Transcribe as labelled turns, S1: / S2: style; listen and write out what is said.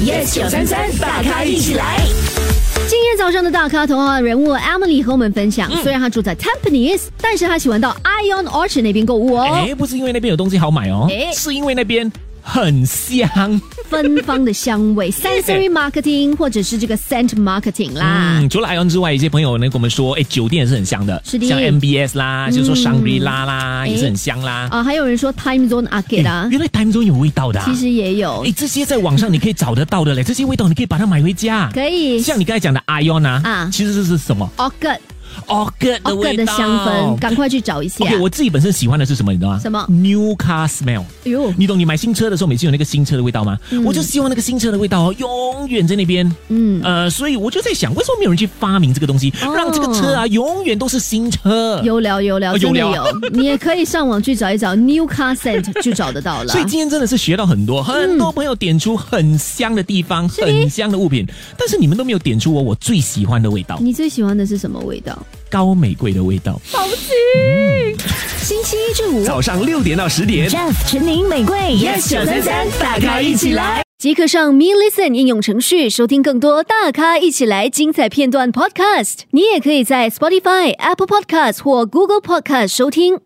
S1: yes 九三三，大咖一起来。
S2: 今天早上的大咖头号人物 Emily 和我们分
S3: 嗯
S2: 享，虽然她住在 Tampines，但是她喜欢到 Ion Orchard 那边购物哦，
S3: 哎，不是因为那边有东西好买哦
S2: 哎，
S3: 是因为那边很香。
S2: 芬芳的香 味，sensory marketing 或者是这个 scent marketing 啦。
S3: 嗯，除了 Ion 之外，有些朋友呢跟我们说，哎，酒店也是很香的，
S2: 是的嗯
S3: 像 MBS 啦，就是说 Shangri La 啦，
S2: 哎
S3: 也是很香啦。
S2: 啊，还有人说 Time Zone Arcade 啊
S3: 哎，原来 Time 中有味道的啊。
S2: 其实也有
S3: 哎，，这些在网上你可以找得到的嘞，这些味道你可以把它买回家。
S2: 可以
S3: 像你刚才讲的 Ion 啊，
S2: 啊
S3: 其实这是什么
S2: Orchid
S3: ？Orchid 的
S2: Orchid
S3: 味
S2: 的
S3: 道。
S2: 香氛，赶快去找一下。
S3: OK，我自己本身喜欢的是什么？你知道吗？
S2: 什么
S3: ？New car smell。
S2: 哎呦，
S3: 你懂你买新车的时候，每次有那个新车的味道吗？我就希望那个新车的味道哦，永远在那边。
S2: 嗯，
S3: 呃，所以我就在想，为什么没有人去发明这个东西，
S2: 哦
S3: 让这个车啊永远都是新车？
S2: 有聊有聊，
S3: 哦
S2: 真的
S3: 有
S2: 有
S3: 聊，
S2: 你也可以上网去找一找 New Car Scent 就找得到了
S3: 所。以今天真的是学到很多，很多朋友点出很香的地方，很香的物品，但是你们都没有点出我我最喜欢的味道
S2: 你最喜欢的是什么味道？
S3: ——高玫瑰的味道。
S2: 星期一至五
S4: 早上六点到十点，
S1: Jeff 陈宁玫瑰 yes 九三三，大咖一起来。
S2: 即刻上 Me Listen 应用程序收听更多大咖一起来精彩片段 Podcast。你也可以在 Spotify、Apple Podcast 或 Google Podcast 收听。